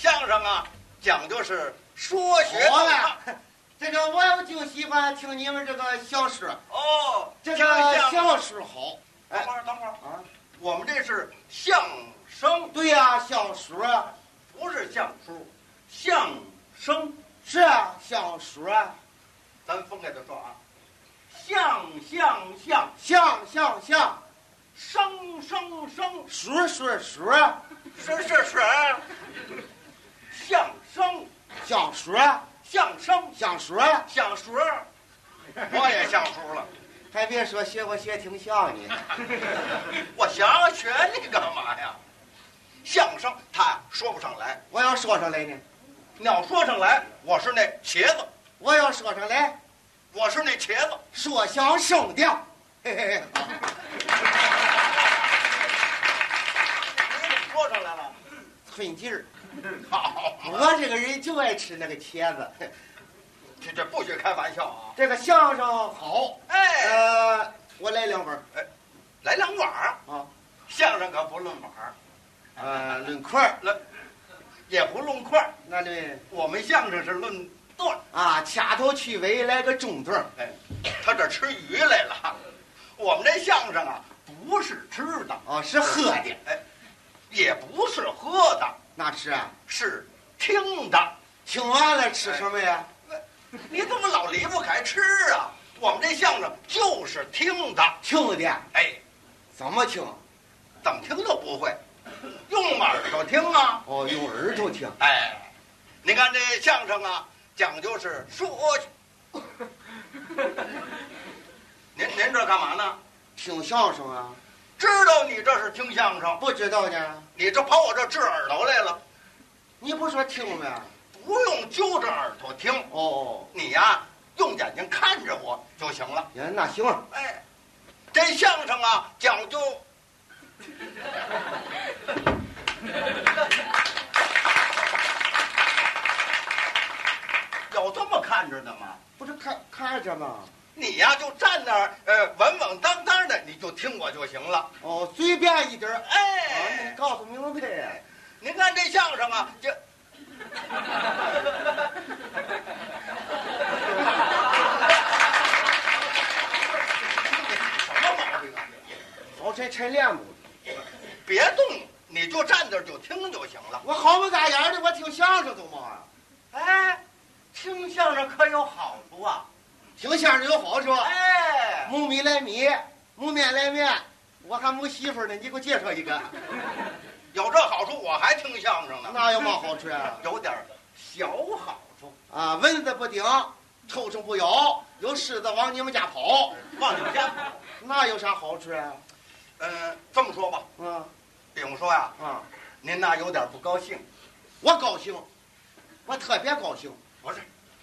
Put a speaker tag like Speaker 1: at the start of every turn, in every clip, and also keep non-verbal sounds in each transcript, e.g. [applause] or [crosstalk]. Speaker 1: 上啊，讲究是说学
Speaker 2: 好
Speaker 1: 逗
Speaker 2: 嘞
Speaker 1: 唱。
Speaker 2: 这个我就喜欢听你们这个相声，
Speaker 1: 哦，
Speaker 2: 这
Speaker 1: 听
Speaker 2: 个
Speaker 1: 相声。
Speaker 2: 相声好
Speaker 1: 等会儿，等会儿，
Speaker 2: 啊。
Speaker 1: 我们这是相声，
Speaker 2: 对呀、小说啊
Speaker 1: 不是相书，相声。
Speaker 2: 是啊，小说啊
Speaker 1: 咱分开的说啊，相相相，
Speaker 2: 像像像，
Speaker 1: 生生生，
Speaker 2: 说说说，
Speaker 1: 是是是，相声
Speaker 2: 小啊说
Speaker 1: 相声
Speaker 2: 相说，
Speaker 1: 相熟，我也相熟了，
Speaker 2: 还别说学我学挺像你。
Speaker 1: [laughs] 我想学你干嘛呀？相声他说不上来，
Speaker 2: 我要说上来呢，
Speaker 1: 你要说上来，我是那茄子，
Speaker 2: 我要说上来，
Speaker 1: 我是那茄子，
Speaker 2: 说相声的，嘿嘿嘿，
Speaker 1: 你怎么说上来了？ [laughs]
Speaker 2: 寸劲儿。
Speaker 1: 好，
Speaker 2: 我这个人就爱吃那个茄子。
Speaker 1: 这这不许开玩笑啊！
Speaker 2: 这个相声好，
Speaker 1: 哎，
Speaker 2: 呃，我来两本儿
Speaker 1: 来两碗儿，
Speaker 2: 啊，
Speaker 1: 相声可不论碗儿，
Speaker 2: 呃，论块儿，
Speaker 1: 也不论块儿。
Speaker 2: 那论
Speaker 1: 我们相声是论段，
Speaker 2: 啊，掐头去尾来个中段儿，
Speaker 1: 哎，他这吃鱼来了。我们这相声啊，不是吃的，
Speaker 2: 啊，是喝的，，
Speaker 1: 哎，也不是喝的，
Speaker 2: 那吃啊？
Speaker 1: 是听的。
Speaker 2: 听完了吃什么呀？
Speaker 1: 你怎么老离不开吃啊？我们这相声就是听的，
Speaker 2: 听的，
Speaker 1: 哎，
Speaker 2: 怎么听？
Speaker 1: 怎么听都不会，用耳朵听啊，
Speaker 2: 哦，用耳朵听。
Speaker 1: 哎，你看这相声啊，讲究是说。您您这干嘛呢？
Speaker 2: 听相声啊？
Speaker 1: 知道你这是听相声，
Speaker 2: 不知道呢？
Speaker 1: 你这跑我这治耳朵来了，
Speaker 2: 你不说听吗？
Speaker 1: 不用揪着耳朵听，
Speaker 2: 哦，
Speaker 1: 你呀、用眼睛看着我就行了。
Speaker 2: 也那行啊，
Speaker 1: 哎，这相声啊讲究， [laughs] 有这么看着的吗？
Speaker 2: 不是看看着吗？
Speaker 1: 你呀、就站那儿，呃，稳稳当当的，你就听我就行了。
Speaker 2: 哦，随便一点儿。啊，
Speaker 1: 哎
Speaker 2: 你，告诉明白呀。
Speaker 1: 您看这相声啊，这 [laughs] 什么毛病啊？
Speaker 2: 好趁趁练不？
Speaker 1: 别动，你就站那儿就听就行了。
Speaker 2: 我好不咋样的，我听相声都嘛呀，
Speaker 1: 哎，听相声可有好处啊！
Speaker 2: 听相声有好处。
Speaker 1: 哎，
Speaker 2: 木米来米，木面来面，我还没媳妇儿呢，你给我介绍一个，
Speaker 1: 有这好处，我还听相声呢。嗯
Speaker 2: 那有嘛好处啊？
Speaker 1: 有点儿小好处，
Speaker 2: 啊，蚊子不叮，臭虫不咬，有虱子往你们家跑，
Speaker 1: 往你家。
Speaker 2: 那有啥好处啊？
Speaker 1: 嗯，这么说吧，
Speaker 2: 嗯
Speaker 1: 比如说呀、
Speaker 2: 啊，
Speaker 1: 您呐有点不高兴，
Speaker 2: 我高兴，我特别高兴，
Speaker 1: 不是，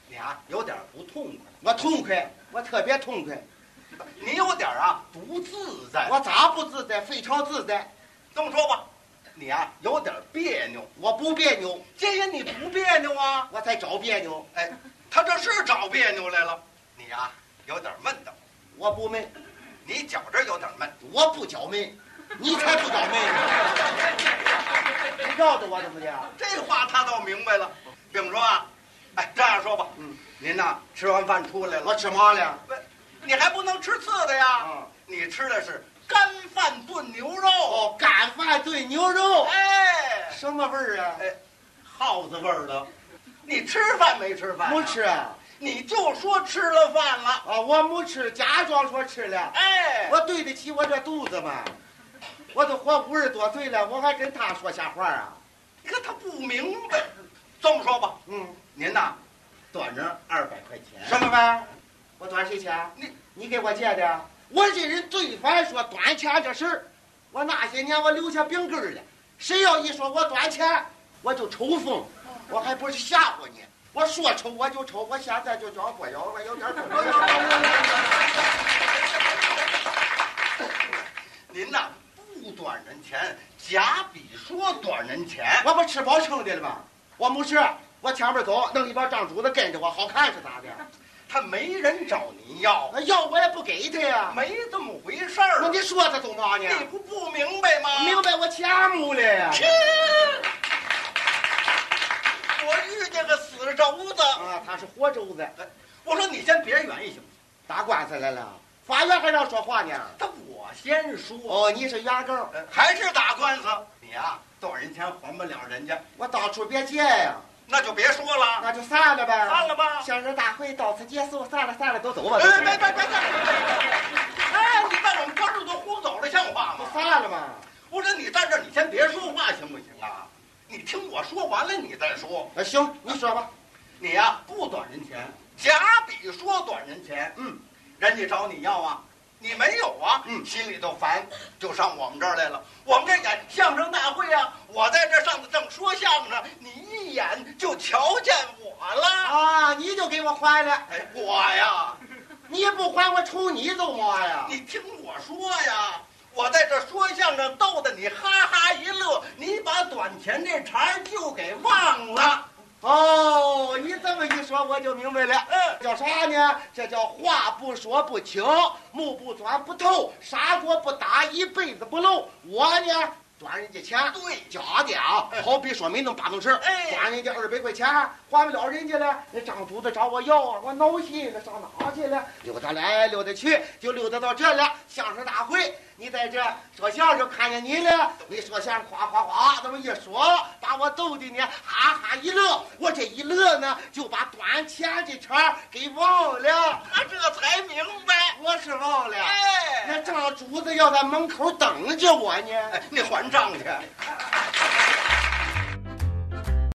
Speaker 1: 你啊有点不痛快，
Speaker 2: 我痛快，我特别痛快，
Speaker 1: 你有点啊不自在。
Speaker 2: 我咋不自在？非常自在，
Speaker 1: 这么说吧，你啊有点别扭，
Speaker 2: 我不别扭，
Speaker 1: 这人你不别扭啊？
Speaker 2: 我才找别扭，
Speaker 1: 哎，他这是找别扭来了。你呀、有点闷的，
Speaker 2: 我不闷，
Speaker 1: 你觉着有点闷。
Speaker 2: 我不搅闷，你才不搅闷，你绕着我怎么的？啊
Speaker 1: 这话他倒明白了。比如说啊，哎，这样说吧，
Speaker 2: 嗯，
Speaker 1: 您呐吃完饭出来了，
Speaker 2: 我吃嘛了？
Speaker 1: 你还不能吃刺的呀，
Speaker 2: 啊。
Speaker 1: 你吃的是干饭炖牛肉，
Speaker 2: 哦，干饭炖牛肉，
Speaker 1: 哎，
Speaker 2: 什么味儿啊？
Speaker 1: 耗子味儿的。你吃饭没吃饭、
Speaker 2: 没，吃啊！
Speaker 1: 你就说吃了饭了，
Speaker 2: 啊，我没吃，假装说吃了。
Speaker 1: 哎，
Speaker 2: 我对得起我这肚子吗？我都活五十多岁了，我还跟他说瞎话啊？
Speaker 1: 你看他不明白。这么说吧，
Speaker 2: 嗯，
Speaker 1: 您呐，短人二百块钱，
Speaker 2: 什么玩意？我短谁钱？啊
Speaker 1: 你
Speaker 2: 你给我借的？我这人最烦说短钱这事儿。我那些年我留下病根儿了，谁要一说我短钱，我就抽风。我还不是吓唬你？我说抽我就抽，我现在就装不摇了，有点儿不
Speaker 1: [laughs] 您呐不短人钱，假比说短人钱，
Speaker 2: 我不吃饱撑的了吗？我没吃，我前边走，弄一帮账主子跟着我，好看是咋的？
Speaker 1: 他没人找您要，
Speaker 2: 那要我也不给他呀。
Speaker 1: 没这么回事儿啊
Speaker 2: 那。你啊说他怎么呢？
Speaker 1: 你不不
Speaker 2: 嗯
Speaker 1: 明白吗？
Speaker 2: 明白我钱没了呀？
Speaker 1: 切！遇见个死轴子。
Speaker 2: 啊，他是活轴子，
Speaker 1: 我说你先别远一行，
Speaker 2: 打官司来了，法院还让说话呢。
Speaker 1: 他我先说，
Speaker 2: 哦，你是原告，
Speaker 1: 呃还是打官司。你呀、到人前还不了人家，
Speaker 2: 我当初别借呀、
Speaker 1: 那就别说了，
Speaker 2: 那就啊散了呗。
Speaker 1: 散了吧。
Speaker 2: 相声大会到此结束，散了散了，都走吧。
Speaker 1: 哎，
Speaker 2: 都
Speaker 1: 别别别别别！哎，你把我们观众都轰走了，像话
Speaker 2: 就
Speaker 1: 吗？
Speaker 2: 散了嘛。
Speaker 1: 我说你站这儿，你先别说话，行不行啊？你听我说完了，你再说。
Speaker 2: 那呃行，你说吧。
Speaker 1: 你呀、不短人钱，假比说短人钱，
Speaker 2: 嗯，
Speaker 1: 人家找你要啊，你没有啊，
Speaker 2: 嗯
Speaker 1: 心里头烦，就上我们这儿来了。我们这演相声大会啊，我在这上头正说相声，你一眼就瞧见我了。
Speaker 2: 啊，你就给我还了，
Speaker 1: 哎，我呀，
Speaker 2: 你不还我抽你走嘛呀？
Speaker 1: 你听我说呀。我在这说相声，逗得你哈哈一乐，你把短钱这茬儿就给忘了。
Speaker 2: 哦，你这么一说我就明白了。
Speaker 1: 嗯，
Speaker 2: 叫啥呢？这叫话不说不清，目不转不透，砂锅不打一辈子不漏。我呢，赚人家钱，
Speaker 1: 对，
Speaker 2: 假的啊
Speaker 1: 哎，
Speaker 2: 好比说没弄八弄事儿
Speaker 1: 哎
Speaker 2: 管人家二百块钱，还不了人家了。那张主子找我要啊，我闹心了，上哪去了？溜达来溜达去，就溜达到这了。相声大会，你在这说相声，看见你了，你说相声哗哗哗，这么一说，把我逗的呢，哈哈一乐。我这一乐呢，就把短钱这茬儿给忘了，
Speaker 1: 他这才明白。
Speaker 2: 我是忘了。
Speaker 1: 哎，
Speaker 2: 那张主子要在门口等着我呢。
Speaker 1: 哎，你还账去。